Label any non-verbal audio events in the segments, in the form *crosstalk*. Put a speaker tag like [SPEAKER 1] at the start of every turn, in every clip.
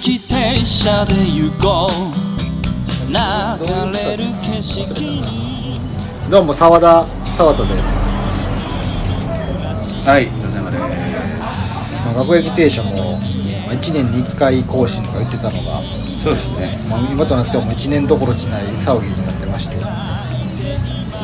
[SPEAKER 1] 列車で行こう流れる景色に
[SPEAKER 2] どうも澤田澤田です、
[SPEAKER 3] はい、お疲れ様です。
[SPEAKER 2] まあ、学駅停車も、まあ、1年に1回更新とか言ってたのが、
[SPEAKER 3] そうですね。
[SPEAKER 2] まあ、今となってはもう1年どころじゃない騒ぎになってましていや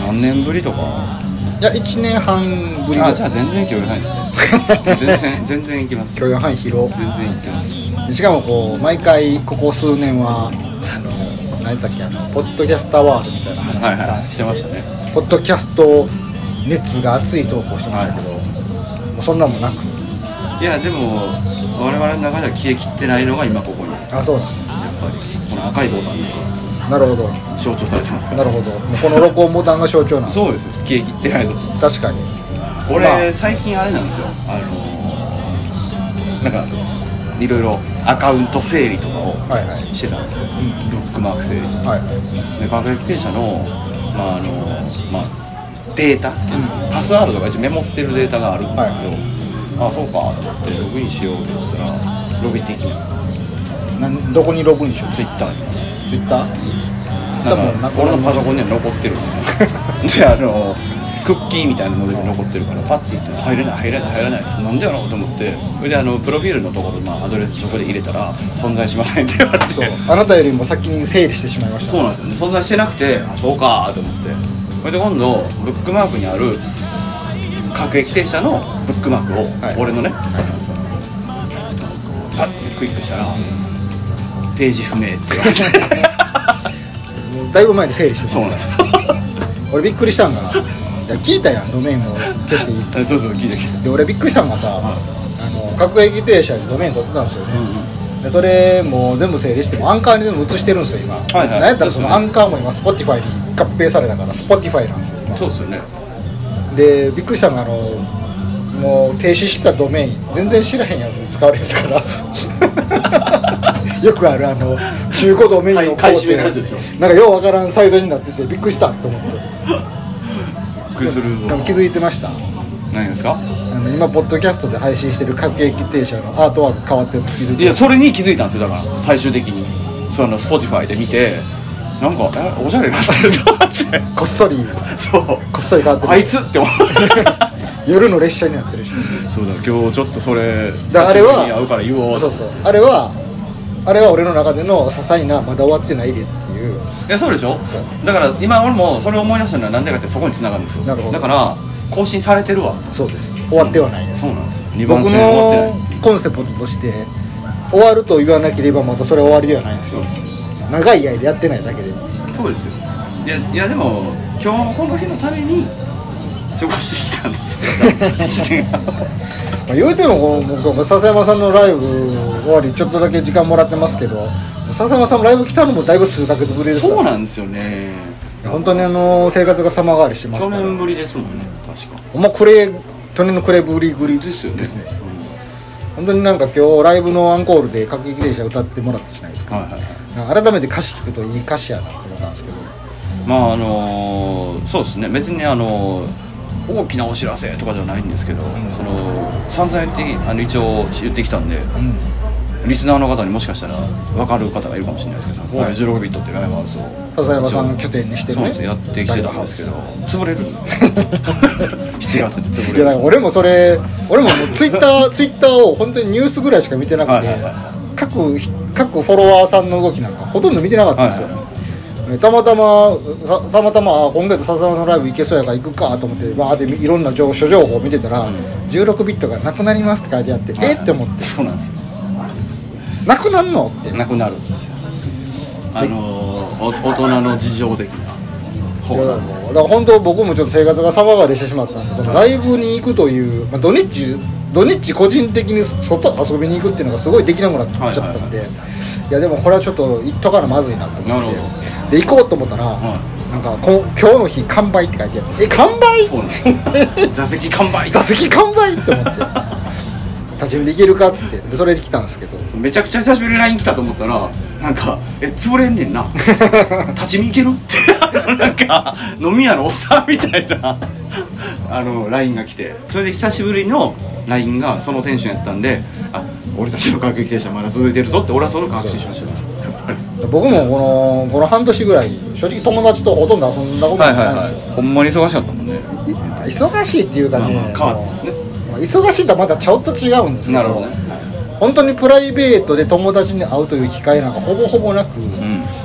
[SPEAKER 3] 何年ぶりとか。
[SPEAKER 2] 1年半ぶりぐら
[SPEAKER 3] あ、じゃあ
[SPEAKER 2] い
[SPEAKER 3] 全然共有範囲です
[SPEAKER 2] *laughs*
[SPEAKER 3] ね。全然全然行きます。
[SPEAKER 2] 許
[SPEAKER 3] 全
[SPEAKER 2] 容範囲広
[SPEAKER 3] 然行ってます。
[SPEAKER 2] しかもこう毎回ここ数年はあの何だっけあのポッドキャスターワールドみたいな話に
[SPEAKER 3] はいは
[SPEAKER 2] 関
[SPEAKER 3] い、し
[SPEAKER 2] してて、
[SPEAKER 3] ましたね。
[SPEAKER 2] ポッドキャスト熱が熱い投稿してましたけど、もうそんなんもなく
[SPEAKER 3] いやでも我々の中では消えきってないのが今ここにやっぱ
[SPEAKER 2] あそうなんですね
[SPEAKER 3] りこの赤いボタンで
[SPEAKER 2] なるほど
[SPEAKER 3] 象徴されてますか
[SPEAKER 2] な
[SPEAKER 3] ら。
[SPEAKER 2] るほどもうこの録音ボタンが象徴なんです
[SPEAKER 3] そうですよ。消えきってないぞ。
[SPEAKER 2] 確かに
[SPEAKER 3] 俺、
[SPEAKER 2] まあ
[SPEAKER 3] 最近あれなんですよあのーなんかいろいろアカウント整理とかを
[SPEAKER 2] はいはい
[SPEAKER 3] してたんですよ、ブックマーク整理
[SPEAKER 2] はい
[SPEAKER 3] で学歴弊社の,、まああのーまあ、データっていうんですか、パスワードとか一応メモってるデータがあるんですけど、ああそうかと思ってログインしようと思ったらログインできない
[SPEAKER 2] なんどこにログインしよう
[SPEAKER 3] ツイッターに
[SPEAKER 2] ツイッターツイッ
[SPEAKER 3] な
[SPEAKER 2] ターも
[SPEAKER 3] んか
[SPEAKER 2] な
[SPEAKER 3] 俺のパソコンには残 *laughs* ってるんですよであのクッキーみたいなので残ってるからパッて言って入れない入れない入れないっつってなんじゃろうと思ってそれであのプロフィールのところ、まあ、アドレスそこで入れたら存在しませんって言われて
[SPEAKER 2] そうあなたよりも先に整理してしまいました
[SPEAKER 3] そうなんですよ存在してなくてあそうかと思ってそれで今度ブックマークにある各駅停車のブックマークを、
[SPEAKER 2] はい
[SPEAKER 3] 俺のね、パッてクリックしたら、ページ不明って言われ *laughs* て
[SPEAKER 2] もうだいぶ前に整理して
[SPEAKER 3] そうなん
[SPEAKER 2] ま
[SPEAKER 3] ですすよ
[SPEAKER 2] 俺びっくりしたんがいや聞いたやんドメインを消していいっつっ
[SPEAKER 3] そうそう聞いて聞いて
[SPEAKER 2] てで俺びっくりしたんがさ、あの各駅停車にドメイン取ってたんですよね、でそれもう全部整理してもアンカーに全部移してるんですよ今、
[SPEAKER 3] はいはい
[SPEAKER 2] なんやったらその
[SPEAKER 3] そ
[SPEAKER 2] ア
[SPEAKER 3] うですね
[SPEAKER 2] ンカーも今 Spotify に合併されたから Spotify なんですよ今
[SPEAKER 3] そうですよね
[SPEAKER 2] でびっくりしたのがあのもう停止してたドメイン全然知らへんやつに使われてたから *laughs* よくあるあの中古ドメインを
[SPEAKER 3] 買
[SPEAKER 2] 買う
[SPEAKER 3] い占
[SPEAKER 2] て
[SPEAKER 3] めのやつでしょ
[SPEAKER 2] なんかようわからんサイトになっててびっくりしたと思って
[SPEAKER 3] びっくりするぞ
[SPEAKER 2] でも気づいてました
[SPEAKER 3] 何ですか
[SPEAKER 2] あの今ポッドキャストで配信してる各駅停車のアートワーク変わってるの気づい
[SPEAKER 3] い
[SPEAKER 2] て
[SPEAKER 3] やそれに気づいたんですよだから最終的にその Spotify で見てなんかえおしゃれになってるなっ
[SPEAKER 2] こっそり
[SPEAKER 3] て
[SPEAKER 2] *laughs*
[SPEAKER 3] そう
[SPEAKER 2] こっそり変わって
[SPEAKER 3] あ
[SPEAKER 2] る
[SPEAKER 3] いつって思っ
[SPEAKER 2] 夜の列車になってるし
[SPEAKER 3] た *laughs* そうだ今日ちょっとそれ
[SPEAKER 2] だからあれは
[SPEAKER 3] 久しぶりに会うから言おう
[SPEAKER 2] そうそうあれはあれは俺の中での些細なまだ終わってないでっていう
[SPEAKER 3] いやそうでしょ
[SPEAKER 2] そう
[SPEAKER 3] だから今俺もそれを思い出したのは何でかってそこに繋がるんですよ
[SPEAKER 2] なるほど
[SPEAKER 3] だから更新されてるわ
[SPEAKER 2] そうです終わってはないです
[SPEAKER 3] そうなんですよ2番
[SPEAKER 2] 僕
[SPEAKER 3] 線終わって
[SPEAKER 2] の
[SPEAKER 3] ない
[SPEAKER 2] コンセプトとして終わると言わなければまたそれは終わりではないんですよ長い間やってないだけで
[SPEAKER 3] そうですよいやいやでも今日この日のために過ごしてきたんですよ1年
[SPEAKER 2] *laughs*
[SPEAKER 3] 半
[SPEAKER 2] まあ、言うてもこう僕は笹山さんのライブ終わりちょっとだけ時間もらってますけど笹山さんもライブ来たのもだいぶ数ヶ月ぶりですから
[SPEAKER 3] そうなんですよね
[SPEAKER 2] 本当にあの生活が様変わりしてます
[SPEAKER 3] 去
[SPEAKER 2] から
[SPEAKER 3] 年ぶりですもんね確か
[SPEAKER 2] ほんまクレ去年の暮れぶりぐり
[SPEAKER 3] ですよね
[SPEAKER 2] ですね本当になんか今日ライブのアンコールで「各駅電車」歌ってもらったじゃないですか
[SPEAKER 3] はいはいはい
[SPEAKER 2] 改めて歌詞聞くといい歌詞やなって思ったんですけど
[SPEAKER 3] まああのーそうですね別にあのー大きなお知らせとかじゃないんですけど、その散々言ってあの一応言ってきたんで、リスナーの方にもしかしたら分かる方がいるかもしれないですけど神戸
[SPEAKER 2] はい
[SPEAKER 3] 16ビットってライブハウスを
[SPEAKER 2] 笹山さんが拠点にしてるね
[SPEAKER 3] そうなんですよやってきてたんですけど潰
[SPEAKER 2] *laughs*
[SPEAKER 3] れる *laughs* 7月に潰
[SPEAKER 2] いや
[SPEAKER 3] れ
[SPEAKER 2] なん
[SPEAKER 3] る
[SPEAKER 2] か俺もそれ俺ももうツイッターツイッターを本当にニュースぐらいしか見てなく
[SPEAKER 3] はい
[SPEAKER 2] て
[SPEAKER 3] はいはいは
[SPEAKER 2] 各各フォロワーさんの動きなんかほとんど見てなかったんですよ、
[SPEAKER 3] はい
[SPEAKER 2] ねたまたまさたまたまあ今月笹山さんのライブ行けそうやから行くかと思ってわーってみいろんな情諸情報を見てたら、16ビットがなくなりますって書いてあって、えっって思って
[SPEAKER 3] そうなんですよ
[SPEAKER 2] なくなんのって
[SPEAKER 3] なくなるんですよあのーお大人の事情的な方
[SPEAKER 2] いやだ
[SPEAKER 3] が
[SPEAKER 2] から本当僕もちょっと生活が様変わりしてしまったんでそのライブに行くという、まあ、土日土日個人的に外遊びに行くっていうのがすごいできなくなっちゃったんで、いやでもこれはちょっと行っとかなまずいなと
[SPEAKER 3] なる
[SPEAKER 2] 思っ
[SPEAKER 3] ほ
[SPEAKER 2] てで行こうと思ったら、
[SPEAKER 3] は
[SPEAKER 2] なんかこ「今日の日完売」って書いてあって「え完売
[SPEAKER 3] そうなんですよ座席完売
[SPEAKER 2] 座席完売!」って思って *laughs* 「立ち読みできるか?」っつってでそれで来たんですけど
[SPEAKER 3] めちゃくちゃ久しぶりに LINE 来たと思ったらなんか「え潰れんねん *laughs* な立ち見行ける?」ってなんか飲み屋のおっさんみたいなあの LINE が来てそれで久しぶりの LINE がそのテンションやったんで「あ俺たちの各駅停車まだ続いてるぞって俺はその確信しましたねやっぱり
[SPEAKER 2] 僕もこのこの半年ぐらい正直友達とほとんど遊んだこと
[SPEAKER 3] は
[SPEAKER 2] ないいんですよ、
[SPEAKER 3] はいはいほんまに忙しかったもんね
[SPEAKER 2] い忙しいっていうかね、
[SPEAKER 3] まあまあ変わってますね
[SPEAKER 2] もう忙しいとはまたちょっと違うんですけど
[SPEAKER 3] なるほどねは
[SPEAKER 2] 本当にプライベートで友達に会うという機会なんかほぼほぼなく、
[SPEAKER 3] ん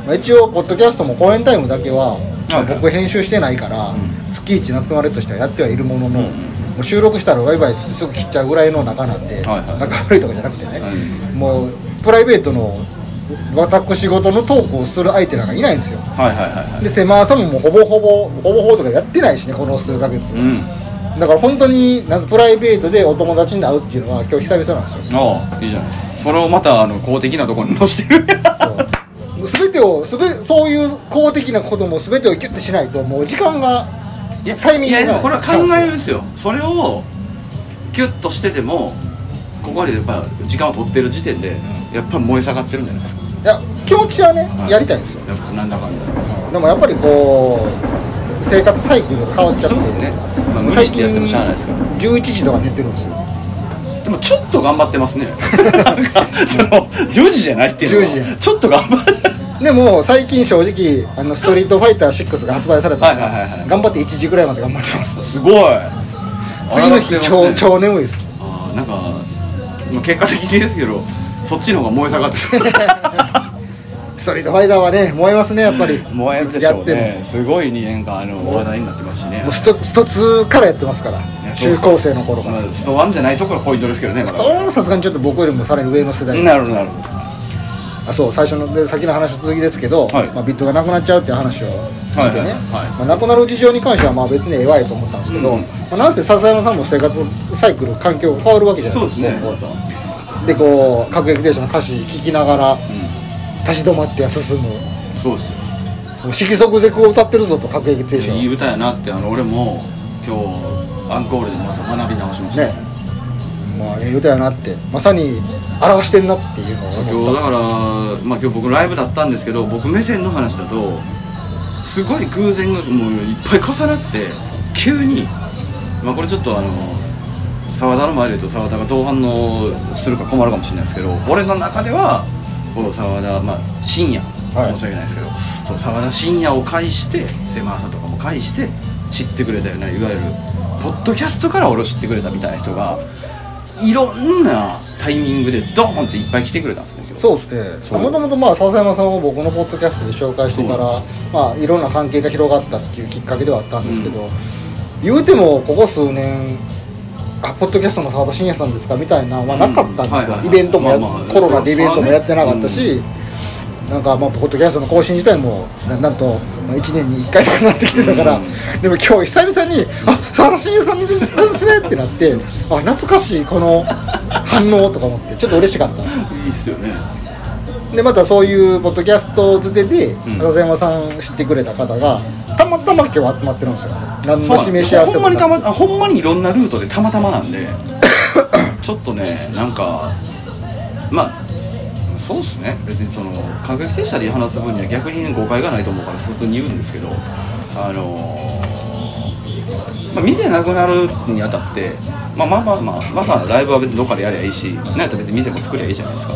[SPEAKER 2] まあ、一応ポッドキャストも公演タイムだけは、まあ
[SPEAKER 3] はいはい
[SPEAKER 2] 僕編集してないから、月一夏までとしてはやってはいるものの、もう収録したらバイバイっつってすぐ切っちゃうぐらいの仲なんで、
[SPEAKER 3] はいはい
[SPEAKER 2] 仲悪いとかじゃなくてね、
[SPEAKER 3] う
[SPEAKER 2] もうプライベートの私事のトークをする相手なんかいないんですよ
[SPEAKER 3] いはいはいはいはい
[SPEAKER 2] で狭さももうほぼほぼほぼほぼとかやってないしねこの数ヶ月、
[SPEAKER 3] うん
[SPEAKER 2] だから本当になんかプライベートでお友達に会うっていうのは今日久々なんですよ
[SPEAKER 3] ああいいじゃないですかそれをまたあの公的なところに載せて
[SPEAKER 2] *laughs*
[SPEAKER 3] る
[SPEAKER 2] そう全てをすべそういう公的なことも全てをギュッてしないともう時間が
[SPEAKER 3] いや
[SPEAKER 2] タイミングが
[SPEAKER 3] いやでもこれは考えですよそれをキュッとしててもここまでやっぱ時間を取ってる時点でやっぱ燃え下がってるんじゃないですか
[SPEAKER 2] いや気持ちはねやりたいんですよ、
[SPEAKER 3] やっぱなんだかんだ
[SPEAKER 2] でもやっぱりこう生活サイクルが変わっちゃっ
[SPEAKER 3] そ
[SPEAKER 2] て
[SPEAKER 3] うですねまあ無理してやってもしゃあないですから
[SPEAKER 2] 最近11時とか寝てるんですよ
[SPEAKER 3] でもちょっと頑張ってますねなんかその10時じゃないっていう
[SPEAKER 2] 10時
[SPEAKER 3] の
[SPEAKER 2] じゃな
[SPEAKER 3] はいちょっと頑張る
[SPEAKER 2] でも最近正直あのストリートファイター6が発売されたんで、
[SPEAKER 3] はいはいはいはい
[SPEAKER 2] 頑張って1時ぐらいまで頑張ってます
[SPEAKER 3] すごい
[SPEAKER 2] 次の
[SPEAKER 3] 上が
[SPEAKER 2] 日
[SPEAKER 3] ってます
[SPEAKER 2] 超,、
[SPEAKER 3] ね
[SPEAKER 2] 超眠いです
[SPEAKER 3] あーなんかまあ結果的にですけどそっちの方が燃え下がって
[SPEAKER 2] ストリートファイターはね燃えますねやっぱり
[SPEAKER 3] る燃えるでしょう
[SPEAKER 2] やって
[SPEAKER 3] ねすごいに円があの話題になってますしね
[SPEAKER 2] ももうストスト2からやってますから
[SPEAKER 3] ねそう
[SPEAKER 2] 中高生の頃から、
[SPEAKER 3] まあストワンじゃないところがポイントですけどねま
[SPEAKER 2] ス
[SPEAKER 3] だ
[SPEAKER 2] トーンはさすがにちょっと僕よりもさらに上の世代
[SPEAKER 3] なるほどなるほど
[SPEAKER 2] あそう最初ので先の話の続きですけど、
[SPEAKER 3] はい
[SPEAKER 2] まあ、ビットがなくなっちゃうっていう話を聞いてね、
[SPEAKER 3] はいはいはい
[SPEAKER 2] まあ、なくなる事情に関してはまあ別にええわいと思ったんですけど、
[SPEAKER 3] うん
[SPEAKER 2] まあ、なんせ笹山さんも生活サイクル環境が変わるわけじゃな
[SPEAKER 3] そ
[SPEAKER 2] いうで
[SPEAKER 3] ですす
[SPEAKER 2] か
[SPEAKER 3] ね
[SPEAKER 2] こうでこう各駅停車の歌詞聞きながら立ち止まっては進む
[SPEAKER 3] うんそうですよ
[SPEAKER 2] 「色即是句」を歌ってるぞと各駅停車はい
[SPEAKER 3] い歌やなってあの俺も今日アンコールでまた学び直しました、
[SPEAKER 2] ねまあええ歌やなってまさに表してんなっていうのを
[SPEAKER 3] そう今
[SPEAKER 2] 思っ
[SPEAKER 3] 日だから、まあ、今日僕ライブだったんですけど僕目線の話だとすごい偶然がもういっぱい重なって急に、まあ、これちょっとあの澤田の前で言うと澤田が同伴のするか困るかもしれないですけど俺の中ではこう澤田、まあ、深夜、
[SPEAKER 2] はい
[SPEAKER 3] 申し訳ないですけどそう澤田深夜を介して狭さとかも介して知ってくれたよねいわゆるポッドキャストから俺を知ってくれたみたいな人がいろんなタイミングでドーンっていっぱい来てくれたんですね今日
[SPEAKER 2] そうです
[SPEAKER 3] そ
[SPEAKER 2] ね
[SPEAKER 3] う
[SPEAKER 2] もともとまあ笹山さんを僕のポッドキャストで紹介してか
[SPEAKER 3] そうな
[SPEAKER 2] ら、まあ、いろんな関係が広がったっていうきっかけではあったんですけど、言うてもここ数年あポッドキャストの澤田信也さんですかみたいなのはなかったんですよ、
[SPEAKER 3] うんはいはいはい
[SPEAKER 2] イベントもや、
[SPEAKER 3] まあまあ
[SPEAKER 2] コロナでイベントもやってなかった
[SPEAKER 3] そりゃ
[SPEAKER 2] し、なんかまあポッドキャストの更新自体もななんと、まあ、1年に1回とかなってきてたから、でも今日久々に「あ澤田信也さんですね」ってなってあ懐かしいこの反応とか思ってちょっと嬉しかった。
[SPEAKER 3] いいっすよね
[SPEAKER 2] でまたそういうポッドキャストづてで
[SPEAKER 3] ん
[SPEAKER 2] 笹山さん知ってくれた方がたまたま今日集まってるんですよね何
[SPEAKER 3] そ
[SPEAKER 2] の
[SPEAKER 3] うなんで
[SPEAKER 2] 示
[SPEAKER 3] す
[SPEAKER 2] し合わ
[SPEAKER 3] ほ
[SPEAKER 2] せ
[SPEAKER 3] ん
[SPEAKER 2] も
[SPEAKER 3] まにた
[SPEAKER 2] な
[SPEAKER 3] ま
[SPEAKER 2] く
[SPEAKER 3] あほんまにいろんなルートでたまたまなん
[SPEAKER 2] *laughs*
[SPEAKER 3] でちょっとねなんかまあそうっすね別にその感覚停車で話す分には逆にね誤解がないと思うから普通に言うんですけどあのーまあ、店なくなるにあたって、まあ、まあまあまあまあまあライブは別にどっかでやりゃいいしなんやったら別に店も作りゃいいじゃないですか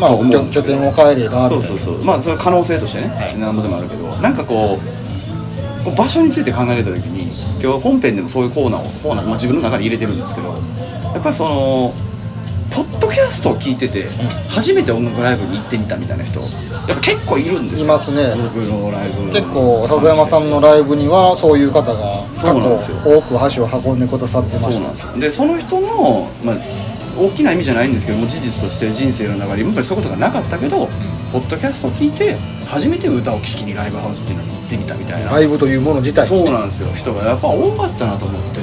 [SPEAKER 2] まあ
[SPEAKER 3] と思うんです
[SPEAKER 2] 拠
[SPEAKER 3] けど
[SPEAKER 2] 点を変えれば
[SPEAKER 3] そうそうそうまあそれ可能性としてね、何度でもあるけどなんかこうこう場所について考えた時に今日本編でもそういうコーナーをコーナー、まあ、自分の中で入れてるんですけどやっぱりそのポッドキャストを聞いてて初めて音楽ライブに行ってみたみたいな人やっぱ結構いるんですよ
[SPEAKER 2] いますね
[SPEAKER 3] 僕のライブ
[SPEAKER 2] 結構笹山さんのライブにはそういう方が過
[SPEAKER 3] そうなんですよ
[SPEAKER 2] 去多く箸を運んでくださってま
[SPEAKER 3] そう
[SPEAKER 2] し
[SPEAKER 3] なん
[SPEAKER 2] た
[SPEAKER 3] ですよでその人の、まあ、大きな意味じゃないんですけども事実として人生の中で今までそういうことがなかったけど、ポッドキャストを聞いて初めて歌を聴きにライブハウスっていうのに行ってみたみたいな、
[SPEAKER 2] ライブというもの自体
[SPEAKER 3] そうなんですよ人がやっぱ多かったなと思って、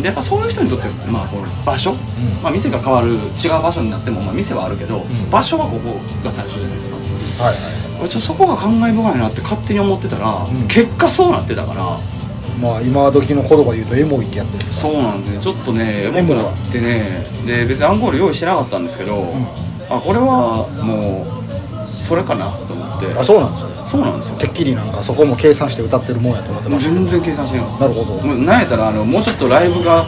[SPEAKER 3] でやっぱそういう人にとって、まあ、この場所、まあ、店が変わる違う場所になっても、まあ、店はあるけど、場所はここが最初じゃないですか
[SPEAKER 2] はい
[SPEAKER 3] 俺ちょっとそこが感慨深いなって勝手に思ってたら、
[SPEAKER 2] ん
[SPEAKER 3] 結果そうなってたから
[SPEAKER 2] まあ今時の言葉で言うとエモいってやつです
[SPEAKER 3] そうなんですねちょっとねエモくなってねで別にアンコール用意してなかったんですけど、あこれはもうそれかなと思って
[SPEAKER 2] あそうなんですよ
[SPEAKER 3] そうなんですよ
[SPEAKER 2] てっきりなんかそこも計算して歌ってるもんやと思ってました
[SPEAKER 3] 全然計算してなかった
[SPEAKER 2] なるほど
[SPEAKER 3] もうなんやったらあのもうちょっとライブが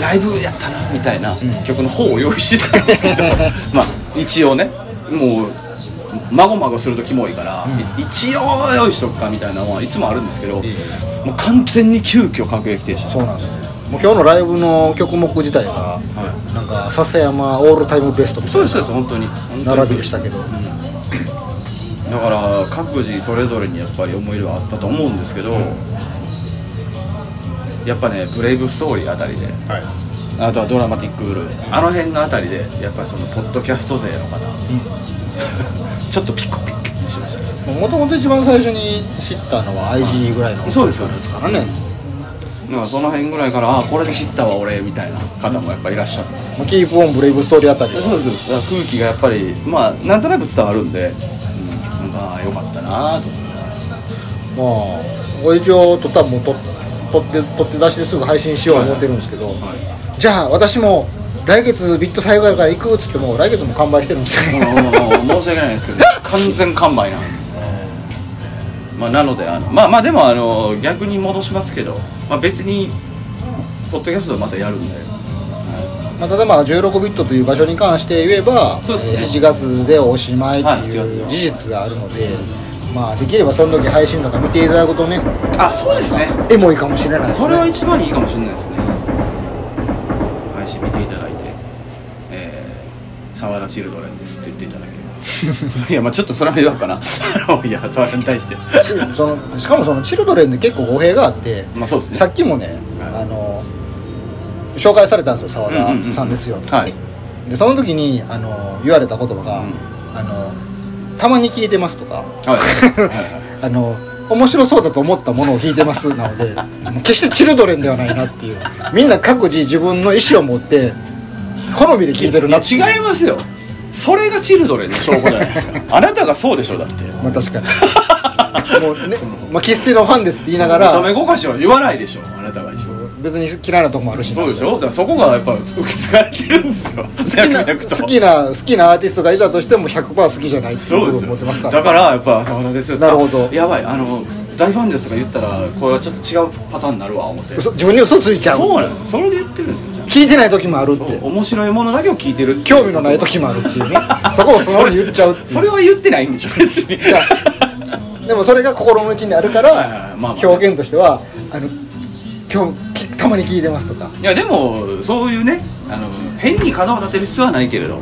[SPEAKER 3] ライブやったなみたいな曲の方を用意してたんです
[SPEAKER 2] *laughs*
[SPEAKER 3] けどまあ一応ねもうまごまごするとキモいから、い一応用意しとくかみたいなのはいつもあるんですけど、もう完全に急遽各駅停車
[SPEAKER 2] そうなんですよねもう今日のライブの曲目自体が、なんか笹山オールタイムベストみたい
[SPEAKER 3] そうですそうです本当に本当に
[SPEAKER 2] な並びでしたけど、
[SPEAKER 3] だから各自それぞれにやっぱり思い入れはあったと思うんですけど、やっぱね「ブレイブストーリー」あたりで
[SPEAKER 2] はい
[SPEAKER 3] あとは「ドラマティックブルー」あの辺のあたりでやっぱりそのポッドキャスト勢の方、 *laughs* ちょっとピコピコってしましたね
[SPEAKER 2] もともと一番最初に知ったのは IG ぐらいの
[SPEAKER 3] そうですそうです
[SPEAKER 2] からね、
[SPEAKER 3] だからその辺ぐらいから「ああこれで知ったわ俺」みたいな方もやっぱいらっしゃって、
[SPEAKER 2] まあ、キープオンブレイブストーリーあたりは
[SPEAKER 3] そうですそうですだから空気がやっぱりまあなんとなく伝わるんで、うん、なんかああよかったなあと思って
[SPEAKER 2] まあ一応撮ったらもう撮撮って撮って出してすぐ配信しようと思ってるんですけど、
[SPEAKER 3] はい
[SPEAKER 2] じゃあ私も来月ビット最後やから行くっつってもう来月も完売してるんですよ
[SPEAKER 3] うん申し訳ないですけど完全完売なんですねまあなのであのまあまあでもあの逆に戻しますけど、まあ、別にポッドキャストまたやるんで
[SPEAKER 2] まあ、ただまあ16ビットという場所に関して言えば、
[SPEAKER 3] そうですね
[SPEAKER 2] えー7月でおしまいってい
[SPEAKER 3] はい7月で
[SPEAKER 2] う事実があるので、まあ、できればその時配信とか見ていただくとね
[SPEAKER 3] あそうですね
[SPEAKER 2] エモいかもしれないですね
[SPEAKER 3] それは一番いいかもしれないですね配信見ていただいて「えー、サワラチルドレンです」って言っていただければ *laughs* いやまあちょっとそれは迷惑かな *laughs* あのいやサワラに対して
[SPEAKER 2] しそのしかもそのチルドレンで結構語弊があって、
[SPEAKER 3] まあそうですね
[SPEAKER 2] さっきもね、
[SPEAKER 3] はい
[SPEAKER 2] あの紹介されたんですよ澤田さんですよって、
[SPEAKER 3] はい
[SPEAKER 2] でその時にあの言われた言葉が、
[SPEAKER 3] うん
[SPEAKER 2] あの「たまに聞いてます」とか
[SPEAKER 3] はいはいはい
[SPEAKER 2] 「あの面白そうだと思ったものを聞いてます」なの
[SPEAKER 3] *laughs*
[SPEAKER 2] でもう決してチルドレンではないなっていうみんな各自自分の意思を持って好みで聞いてるなって
[SPEAKER 3] いや違いますよそれがチルドレンの証拠じゃないです
[SPEAKER 2] *laughs*
[SPEAKER 3] かあなたがそうでしょだって
[SPEAKER 2] まあ確かにも
[SPEAKER 3] *laughs*
[SPEAKER 2] うねまあ生粋のファンですって言いなが
[SPEAKER 3] ダメ
[SPEAKER 2] ら
[SPEAKER 3] ごかしは言わないでしょあなたが一応
[SPEAKER 2] 別に嫌いなとこもあるしな
[SPEAKER 3] そうでしょだからそこがやっぱ受け継がれてるんですよ
[SPEAKER 2] 好きな
[SPEAKER 3] 脈々と
[SPEAKER 2] 好きな好きなアーティストがいたとしても100%好きじゃないってい
[SPEAKER 3] そううで
[SPEAKER 2] 部
[SPEAKER 3] す
[SPEAKER 2] 分を持
[SPEAKER 3] よ
[SPEAKER 2] ってますから
[SPEAKER 3] だからやっぱそうなんですよ
[SPEAKER 2] なるほど
[SPEAKER 3] あやばいあの大ファンですとか言ったらこれはちょっと違うパターンになるわ思ってそ
[SPEAKER 2] 嘘自分に嘘ついちゃう
[SPEAKER 3] うなんですよそれで言ってるんですよちゃんと
[SPEAKER 2] 聞いてない時もあるっ
[SPEAKER 3] そう
[SPEAKER 2] て
[SPEAKER 3] 面白いものだけを聞いてるっていう
[SPEAKER 2] 興味のない時もあるっていう
[SPEAKER 3] *laughs*
[SPEAKER 2] ねそこを素直に言っちゃうっていう
[SPEAKER 3] それは言ってないんでしょ別に
[SPEAKER 2] いやでもそれが心の内にあるか
[SPEAKER 3] はいはい
[SPEAKER 2] ら
[SPEAKER 3] まあまあ
[SPEAKER 2] 表現としてはあの今日きたまに聞いてますとか
[SPEAKER 3] いやでもそういうねあの変に肩を立てる必要はないけれど、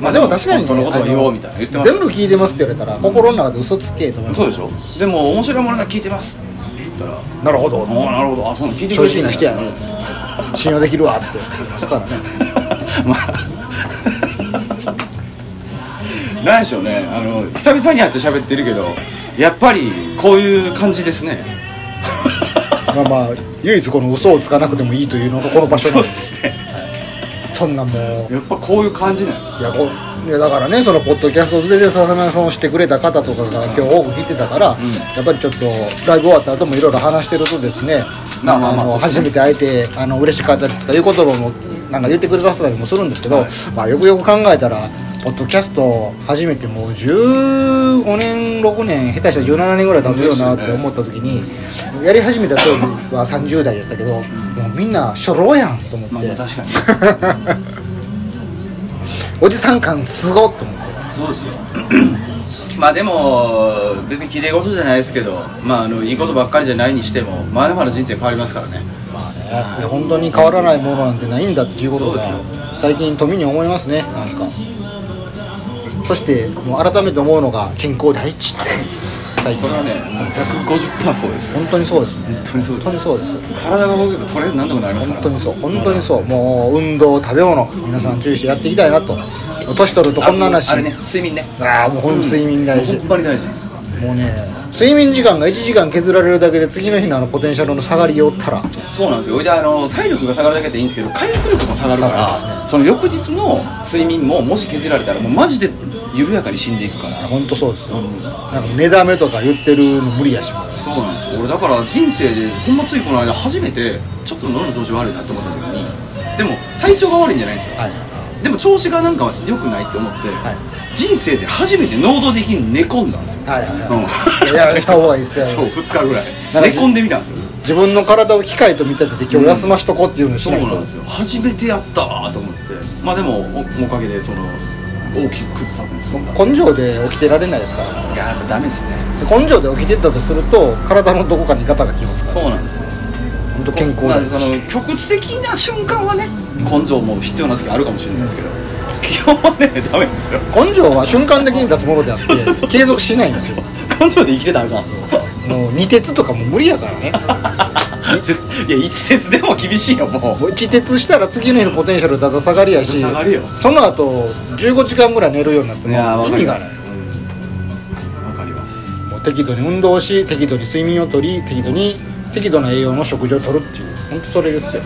[SPEAKER 2] まあでも確かにね
[SPEAKER 3] 本当のことを言おうみたいな言って
[SPEAKER 2] あ
[SPEAKER 3] ま
[SPEAKER 2] の
[SPEAKER 3] す
[SPEAKER 2] 全部聞いてますって言われたら心の中で嘘つけと思います
[SPEAKER 3] そうでしょでも面白いものが聞いてますって言ったら「
[SPEAKER 2] なるほど
[SPEAKER 3] ああなるほどあそうなの聞いてく
[SPEAKER 2] 正
[SPEAKER 3] れて
[SPEAKER 2] 直
[SPEAKER 3] るん
[SPEAKER 2] な
[SPEAKER 3] だ
[SPEAKER 2] 人やな信用できるわって言いますからね
[SPEAKER 3] まあなんでしょうねあの久々に会って喋ってるけどやっぱりこういう感じですね
[SPEAKER 2] まあまあ唯一この嘘をつかなくてもいいというのがこの場所
[SPEAKER 3] そうんっ
[SPEAKER 2] なです
[SPEAKER 3] すね
[SPEAKER 2] そんなもう
[SPEAKER 3] やっぱこういう感じなの
[SPEAKER 2] いやこういやだからねそのポッドキャストで笹山さんをしてくれた方とかが今日多く聞いてたから、やっぱりちょっとライブ終わった後もいろいろ話してるとですね、
[SPEAKER 3] まあまあまあ
[SPEAKER 2] の
[SPEAKER 3] そうです
[SPEAKER 2] 初めて会えてあの嬉しかったですとかいう言葉もなんか言ってくださったりもするんですけど、まあ、よくよく考えたらポッドキャスト初めてもう15年6年下手したら17年ぐらい経つよなって思った時に、やり始めた当時は30代やったけど、もうみんな初老やんと思って、
[SPEAKER 3] まあまあ確かに
[SPEAKER 2] おじさん感すごっと思って。
[SPEAKER 3] そうですよ *clears throat* まあでも別に綺麗事じゃないですけどまああのいいことばっかりじゃないにしてもまだまだ人生変わりますからね
[SPEAKER 2] まあね、本当に変わらないものなんてないんだっていうことが
[SPEAKER 3] そうで
[SPEAKER 2] 最近富に思いますねなんかそしてもう改めて思うのが健康第一って最
[SPEAKER 3] そ
[SPEAKER 2] 近
[SPEAKER 3] れはねもう150%そうですよ
[SPEAKER 2] 本当にそうですね本
[SPEAKER 3] 当にそうです
[SPEAKER 2] です
[SPEAKER 3] 体が動けばとりあえず何とかなりますから
[SPEAKER 2] 本当にそう本当にそうもう運動食べ物皆さん注意してやっていきたいなと年取るとこんな話
[SPEAKER 3] あれね睡眠ね
[SPEAKER 2] ああもうほんと睡眠大事、
[SPEAKER 3] ほんまに大事
[SPEAKER 2] もうね睡眠時間が1時間削られるだけで次の日のあのポテンシャルの下がりよったら
[SPEAKER 3] そうなんですよほいであの体力が下がるだけでいいんですけど回復力も下がるか
[SPEAKER 2] そうです
[SPEAKER 3] ら
[SPEAKER 2] ね
[SPEAKER 3] その翌日の睡眠ももし削られたらもうマジで緩やかに死んでいくから
[SPEAKER 2] 本当そうですよ、
[SPEAKER 3] うん
[SPEAKER 2] なんか寝だめとか言ってるの無理やしもう
[SPEAKER 3] そうなんですよ俺だから人生でほんまついこの間初めてちょっと喉の調子悪いなって思った時にでも体調が悪いんじゃないんですよ、
[SPEAKER 2] はい
[SPEAKER 3] でも調子がなんか良くないって思って、
[SPEAKER 2] はい
[SPEAKER 3] 人生で初めて能動的に寝込んだんですよ、
[SPEAKER 2] はいはい
[SPEAKER 3] うん
[SPEAKER 2] はい。いや、した方がいいですよ。
[SPEAKER 3] そう2日ぐらい
[SPEAKER 2] なんか
[SPEAKER 3] 寝込んでみたんですよ
[SPEAKER 2] 自分の体を機械と見立てて今日休ましとこうっていうのにし
[SPEAKER 3] そう
[SPEAKER 2] ないと、
[SPEAKER 3] なんですよ初めてやったーと思ってまあでもおおかげでその大きく崩さずに済んだい
[SPEAKER 2] 根性で起きてられないですから
[SPEAKER 3] ややっぱダメですね
[SPEAKER 2] 根性で起きてたとすると体のどこかにガタがきますか
[SPEAKER 3] そうなんですよ
[SPEAKER 2] ら本当健康
[SPEAKER 3] まあ
[SPEAKER 2] だ
[SPEAKER 3] その局地的な瞬間はね根性も必要な時あるかもしれないですけど基本はねダメですよ *laughs*
[SPEAKER 2] 根性は瞬間的に出すものであって
[SPEAKER 3] そうそうそう
[SPEAKER 2] 継続しないんですよ
[SPEAKER 3] 根性で生きてたらあかん *laughs*
[SPEAKER 2] もう二鉄とかも無理やからね
[SPEAKER 3] ぜいや一節でも厳しいよも
[SPEAKER 2] もう一鉄したら次の日のポテンシャルだだ下がりやし
[SPEAKER 3] だだ下がりよ
[SPEAKER 2] その後15時間ぐらい寝るようになって
[SPEAKER 3] う
[SPEAKER 2] も
[SPEAKER 3] いやーわ
[SPEAKER 2] 意
[SPEAKER 3] か
[SPEAKER 2] 味
[SPEAKER 3] り
[SPEAKER 2] が
[SPEAKER 3] ま
[SPEAKER 2] ない
[SPEAKER 3] すうんわかります
[SPEAKER 2] もう適度に運動をし適度に睡眠をとり適度に適度な栄養の食事をとるっていう本当それですよ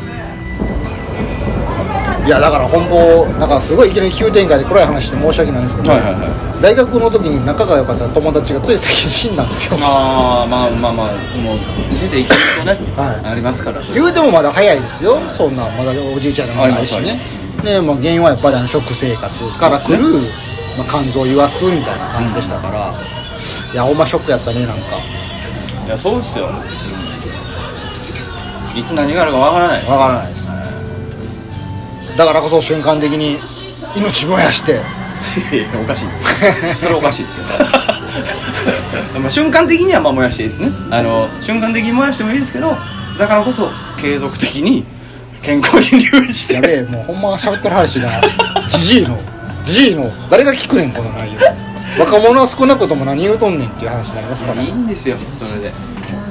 [SPEAKER 2] いやだから本邦なんかすごいいきなり急展開で暗い話で申し訳ないんですけど、
[SPEAKER 3] はいはいは
[SPEAKER 2] 大学の時に仲が良かった友達がつい最近死んだんですよ
[SPEAKER 3] いああまあまあまあもう人生生きるとね、
[SPEAKER 2] はい
[SPEAKER 3] ありますからそれ
[SPEAKER 2] 言うてもまだ早いですよそんなまだおじいちゃんでもないし
[SPEAKER 3] あり
[SPEAKER 2] ね
[SPEAKER 3] ます
[SPEAKER 2] で、まあ、原因はやっぱりあの食生活から来
[SPEAKER 3] そう
[SPEAKER 2] る、まあ、肝臓を言わすみたいな感じでしたから、いやほんまショックやったねなんか
[SPEAKER 3] いやそうですよ、いつ何があるかわからないです
[SPEAKER 2] わからないですだからこそ瞬間的に命燃やして
[SPEAKER 3] いやいやおかしいんですよそれおかしいですよ *laughs* まあ瞬間的にはまあ燃やしていいですねあの瞬間的に燃やしてもいいですけどだからこそ継続的に健康に留意して
[SPEAKER 2] やべえもうほんま喋ってる話がじじいのじじいの誰が聞くねんこの内容若者は少なくとも何言うとんねんっていう話になりますから
[SPEAKER 3] いいんですよそれで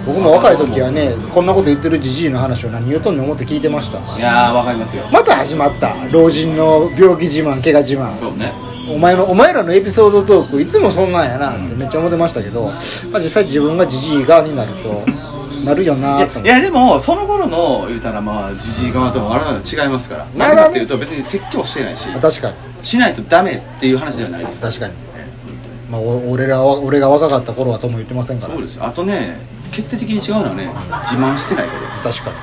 [SPEAKER 2] 僕も若い時はねこんなこと言ってるじじいの話を何言うとんねん思って聞いてました
[SPEAKER 3] いやーわかりますよ
[SPEAKER 2] また始まった老人の病気自慢怪我自慢
[SPEAKER 3] そうね
[SPEAKER 2] お前のお前らのエピソードトークいつもそんなんやなってめっちゃ思ってましたけど、まあ、実際自分がじじい側になるとなるよ
[SPEAKER 3] い
[SPEAKER 2] な
[SPEAKER 3] や
[SPEAKER 2] と思っ
[SPEAKER 3] い
[SPEAKER 2] て
[SPEAKER 3] やでもその頃の言うたらまあじじい側と我々は違いますから
[SPEAKER 2] まあ
[SPEAKER 3] 何かっていうと別に説教してないし
[SPEAKER 2] 確かに
[SPEAKER 3] しないとダメっていう話ではないですから
[SPEAKER 2] 確かに、まあ、お俺らは俺が若かった頃はとも言ってませんから
[SPEAKER 3] そうですよあとね決定的に違うのはね自慢してないことです
[SPEAKER 2] 確かに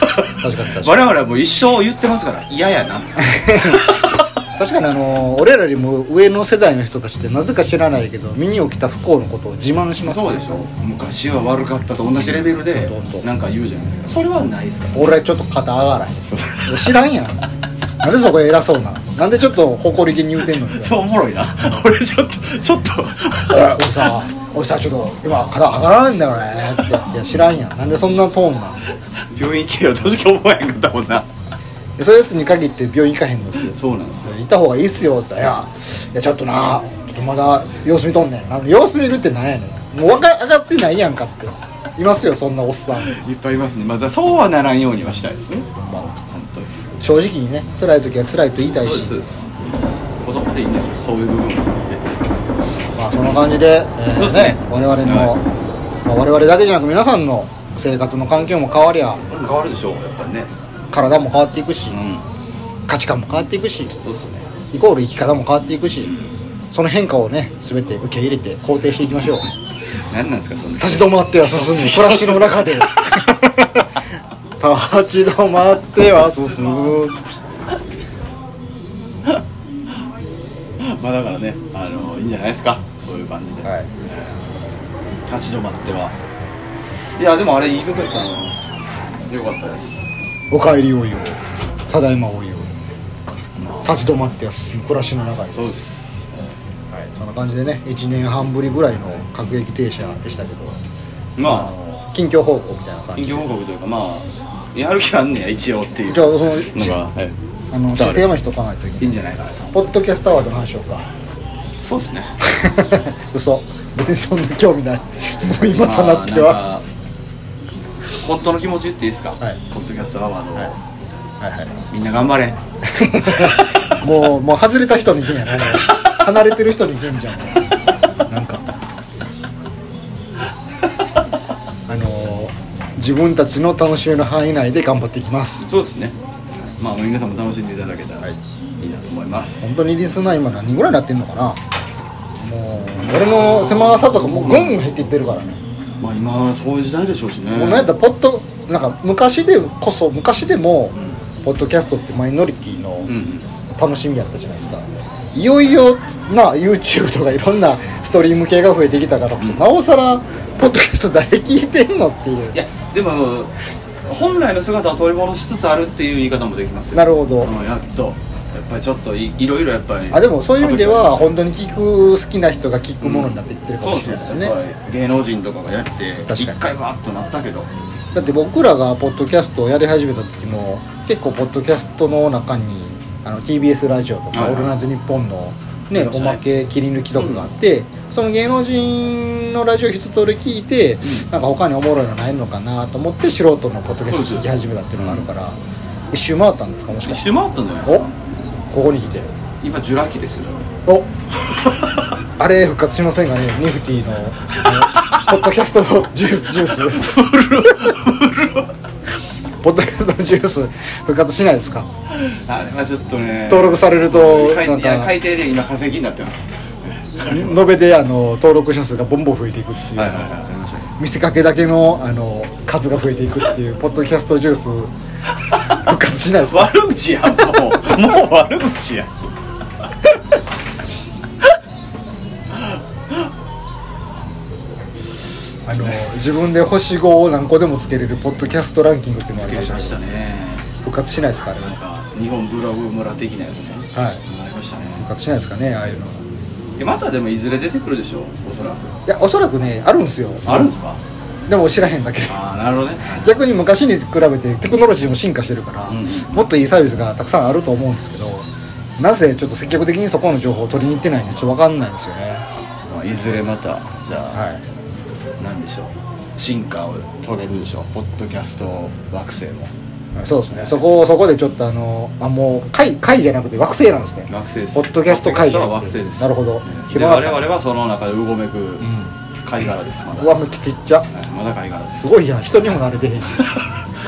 [SPEAKER 3] *laughs*
[SPEAKER 2] 確かに確かに
[SPEAKER 3] 我々はもう一生言ってますから嫌やな
[SPEAKER 2] 確かにあのー俺らよりも上の世代の人たちってなぜか知らないけど身に起きた不幸のことを自慢 *laughs* します
[SPEAKER 3] そうでしょ昔は悪かったと同じレベルで
[SPEAKER 2] 本当
[SPEAKER 3] なんか言うじゃないですかそれはないですから
[SPEAKER 2] 俺ちょっと肩上がらへん知らんやんなんでそこ偉そうななんでちょっと誇り気に言うてんのみたいな
[SPEAKER 3] *laughs* そうおもろいな俺ちょっとちょっと
[SPEAKER 2] おい俺さ俺さちょっと今肩上がらないんだよねっていや知らんやんなんでそんなトーンなん
[SPEAKER 3] 病院行けよ正直覚えへんかったもんな
[SPEAKER 2] でそういうやつに限って病院行かへんのですよ
[SPEAKER 3] そうなんですよ
[SPEAKER 2] 行った方がいいっすよって言ったら「いやいやちょっとなちょっとまだ様子見とんねんあの様子見るってなんやねんもうわか上がってないやんか」っていますよそんなおっさん
[SPEAKER 3] いっぱいいますねまたそうはならんようにはしたいですね本当に
[SPEAKER 2] 正直にね辛い時は辛いと言いたい
[SPEAKER 3] そうで
[SPEAKER 2] し
[SPEAKER 3] すそうです子供でいいんですよそういう部分は別に
[SPEAKER 2] まあそんな感じで,、えー
[SPEAKER 3] そうですね
[SPEAKER 2] 我々の、
[SPEAKER 3] はい
[SPEAKER 2] まあ、我々だけじゃなく皆さんの生活の環境も変わりゃ
[SPEAKER 3] これも変わるでしょうやっぱりね
[SPEAKER 2] 体も変わっていくし、
[SPEAKER 3] う
[SPEAKER 2] 価値観も変わっていくし
[SPEAKER 3] んそうですね
[SPEAKER 2] イコール生き方も変わっていくしその変化をね全て受け入れて肯定していきましょう
[SPEAKER 3] 何なんですかその
[SPEAKER 2] 立ち止まっては進む暮らしの中で立ち止まっては進む
[SPEAKER 3] まあだからね、あのいいんじゃないですか、そういう感じで。
[SPEAKER 2] はい
[SPEAKER 3] 立ち止まっては。いや、でもあれ、いいとこやったな。よかったです。
[SPEAKER 2] お帰りおいよただいまおいよ立ち止まっては進む暮らしの中で
[SPEAKER 3] そうです。
[SPEAKER 2] はい、そんな感じでね1年半ぶりぐらいの各駅停車でしたけどあ
[SPEAKER 3] ま
[SPEAKER 2] の近況報告みたいな
[SPEAKER 3] あ、
[SPEAKER 2] 感
[SPEAKER 3] 緊
[SPEAKER 2] じ
[SPEAKER 3] 急報告というか、まあ、やる気はあんねや、一応っていう
[SPEAKER 2] じゃあその
[SPEAKER 3] のが、はい、
[SPEAKER 2] あの姿勢山人とかないといけ
[SPEAKER 3] いい
[SPEAKER 2] ない
[SPEAKER 3] んじゃないかなと。
[SPEAKER 2] ポッドキャストアワードの話しようか *laughs*
[SPEAKER 3] そうですね。
[SPEAKER 2] 嘘別にそんな興味ないもう今となっては、
[SPEAKER 3] まあなんか本当の気持ち言っていいですか、
[SPEAKER 2] はい
[SPEAKER 3] ポッドキャストアワード、
[SPEAKER 2] はいはいは
[SPEAKER 3] みんな頑張れ。
[SPEAKER 2] いもうもう外れた人にいけんやなもう離れてる人にいけんじゃんもうなんかあのー自分たちの楽しみの範囲内で頑張っていきます
[SPEAKER 3] そうですね。まあ、皆さんも楽しんでいただけた
[SPEAKER 2] は
[SPEAKER 3] ら
[SPEAKER 2] い
[SPEAKER 3] いいなと思います。
[SPEAKER 2] 本当にリスナー今何人ぐらいなってんのかなもう俺の狭さとかもうぐんぐん減っていってるからね、
[SPEAKER 3] まあ、今はそういう時代でしょうしね。
[SPEAKER 2] もうなんやったらポッドなんか昔でこそ昔でも、ポッドキャストってマイノリティの
[SPEAKER 3] うんうん
[SPEAKER 2] 楽しみやったじゃないですかいよいよな YouTube とかいろんな *laughs* ストリーム系が増えてきたからこそ、なおさらポッドキャスト誰聞いてんのっていう
[SPEAKER 3] いやでも本来の姿を取り戻しつつあるっていう言い方もできますよ
[SPEAKER 2] なるほど
[SPEAKER 3] うんやっとやっぱりちょっといいろいろやっぱり
[SPEAKER 2] あでもそういう意味では
[SPEAKER 3] 本
[SPEAKER 2] 本当に聞く好きな人が聞くものになっていってるかもしれないですね、
[SPEAKER 3] そうですねやっぱり芸能人とかがやって
[SPEAKER 2] かに
[SPEAKER 3] 一回バーッとなったけど
[SPEAKER 2] だって僕らがポッドキャストをやり始めた時も結構ポッドキャストの中にあの TBS ラジオとか「
[SPEAKER 3] はいはい
[SPEAKER 2] オールナイトニッポン」の、
[SPEAKER 3] あ
[SPEAKER 2] ね
[SPEAKER 3] りまし
[SPEAKER 2] お
[SPEAKER 3] たね
[SPEAKER 2] まけ切り抜きとかがあって、その芸能人のラジオ一通り聞いて、なんか他におもろいのないのかなと思って素人のポッドキャスト聞き始めたっていうのがあるから、一周回ったんですかもしか
[SPEAKER 3] 一
[SPEAKER 2] して
[SPEAKER 3] 周回ったんじゃないで
[SPEAKER 2] お
[SPEAKER 3] すか
[SPEAKER 2] ここに来て
[SPEAKER 3] 今ジュラ紀ですよだから
[SPEAKER 2] お *laughs* あれ復活しませんかねニフティのあのポッドキャストのジュースジュースポッドキャストのジュース復活しないですか
[SPEAKER 3] あれはちょっとね
[SPEAKER 2] 登録されると
[SPEAKER 3] 海
[SPEAKER 2] なん
[SPEAKER 3] いや
[SPEAKER 2] か
[SPEAKER 3] 海底で今化石になってます
[SPEAKER 2] 延べであの登録者数がボンボン増えていくっていう、
[SPEAKER 3] はいはいはいありましたね
[SPEAKER 2] 見せかけだけのあの数が増えていくっていうポッドキャストジュース復活しないですか
[SPEAKER 3] 悪口や *laughs* もうもう悪口や
[SPEAKER 2] あの自分で星5を何個でもつけれるポッドキャストランキングっていうの
[SPEAKER 3] つ
[SPEAKER 2] があ
[SPEAKER 3] け
[SPEAKER 2] り
[SPEAKER 3] ま
[SPEAKER 2] ましたけ
[SPEAKER 3] し
[SPEAKER 2] ど
[SPEAKER 3] たね
[SPEAKER 2] 復活しないですかあれは
[SPEAKER 3] なんか日本ブログ村的なやつね
[SPEAKER 2] はい
[SPEAKER 3] ありましたね
[SPEAKER 2] 復活しないですかねああいうの
[SPEAKER 3] いやまたでもいずれ出てくるでしょうおそらく
[SPEAKER 2] いやおそらくねあるんですよ
[SPEAKER 3] あるんですか
[SPEAKER 2] でも知らへんだけで
[SPEAKER 3] ああなるほどね
[SPEAKER 2] 逆に昔に比べてテクノロジーも進化してるから、
[SPEAKER 3] うん
[SPEAKER 2] もっといいサービスがたくさんあると思うんですけどなぜちょっと積極的にそこの情報を取りに行ってないんでちょっと分かんないんですよね
[SPEAKER 3] まあいずれまたじゃあ、
[SPEAKER 2] はい
[SPEAKER 3] なんでしょう進化を遂げるでしょうポッドキャスト惑星も
[SPEAKER 2] そうですねそこをそこでちょっとあのあもう会会じゃなくて惑星なんですね
[SPEAKER 3] 惑星です
[SPEAKER 2] ポッドキャスト会じゃな
[SPEAKER 3] ポッド
[SPEAKER 2] く
[SPEAKER 3] キャス
[SPEAKER 2] て
[SPEAKER 3] トは惑星です
[SPEAKER 2] なるほど
[SPEAKER 3] で
[SPEAKER 2] 暇だっ
[SPEAKER 3] 我
[SPEAKER 2] た
[SPEAKER 3] 々はその中でうごめく
[SPEAKER 2] うん
[SPEAKER 3] 貝殻ですまだ、
[SPEAKER 2] 上向きちっちゃ
[SPEAKER 3] はいまだ貝殻です
[SPEAKER 2] すごいやん人にも慣れ
[SPEAKER 3] *laughs*
[SPEAKER 2] てへんし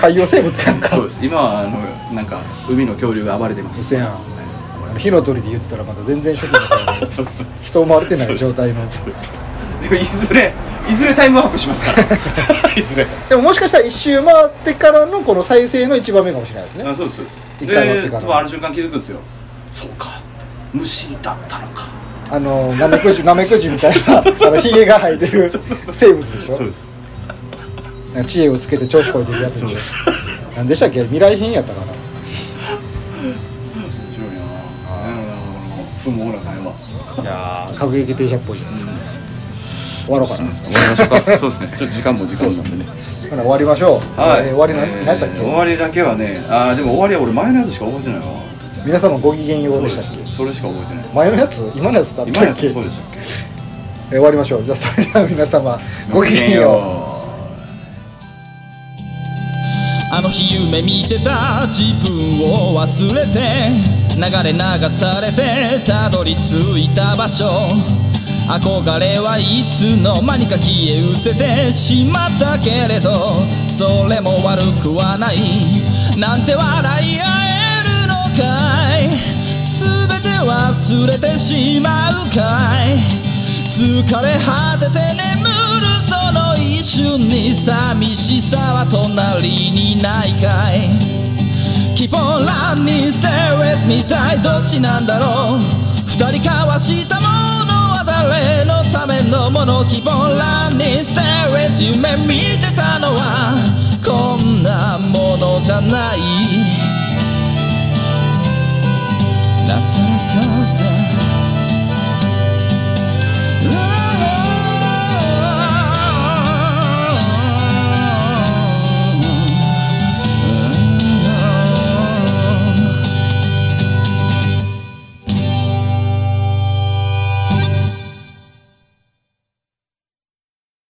[SPEAKER 2] 海洋生物やんか
[SPEAKER 3] そうです今はあのなんか海の恐竜が暴れてます
[SPEAKER 2] 嘘やんあの火の鳥で言ったらまだ全然初期の頃で
[SPEAKER 3] そうそう
[SPEAKER 2] 人を回れてない状態の
[SPEAKER 3] *laughs* そうですでもいずれいずれタイムワープしますから
[SPEAKER 2] *laughs*
[SPEAKER 3] いずれ
[SPEAKER 2] でももしかしたら一周回ってからのこの再生の一番目かもしれないですね
[SPEAKER 3] あそうですそうです
[SPEAKER 2] 一回終わってから
[SPEAKER 3] である瞬間気づくんですよそうかって虫だったのか
[SPEAKER 2] あのナメクジナメクジみたいなあのヒゲが生えてる生物でしょ
[SPEAKER 3] です
[SPEAKER 2] なんか知恵をつけて調子こいてるやつ
[SPEAKER 3] そう
[SPEAKER 2] で
[SPEAKER 3] で
[SPEAKER 2] し
[SPEAKER 3] す
[SPEAKER 2] ょなんでしたっけ未来編やったかな
[SPEAKER 3] 面白いなあ不毛な会話
[SPEAKER 2] いやー各駅停車っぽいじゃないですか、終わろうかな、
[SPEAKER 3] 終わりましょうか *laughs* そうですねちょっと時間も時間もなんでね
[SPEAKER 2] ほな終わりましょう、えー終わりな
[SPEAKER 3] えー
[SPEAKER 2] ん何やったっけ、
[SPEAKER 3] 終わりだけはねあーでも終わりは俺前のやつしか覚えてないわ
[SPEAKER 2] 皆様ご機嫌よ
[SPEAKER 3] そうで
[SPEAKER 2] うでしたっ
[SPEAKER 3] すそれしか覚えてないで
[SPEAKER 2] け前のやつ今のやつだっ
[SPEAKER 3] す今の
[SPEAKER 2] た
[SPEAKER 3] や
[SPEAKER 2] っけ、
[SPEAKER 3] つ
[SPEAKER 2] えー
[SPEAKER 3] そうでしたっけ
[SPEAKER 2] 終わりましょうじゃあそれでは皆様ごきげんよう
[SPEAKER 1] あの日夢見てた自分を忘れて流れ流されてたどり着いた場所憧れはいつの間にか消え失せてしまったけれどそれも悪くはないなんて笑い合えるのかい全て忘れてしまうかい疲れ果てて眠るその一瞬に寂しさは隣にないかい Keep on running, stay with me 体どっちなんだろう二人交わしたものは誰のためのもの Keep on running, stay with you 夢見てたのはこんなものじゃないラタラタタ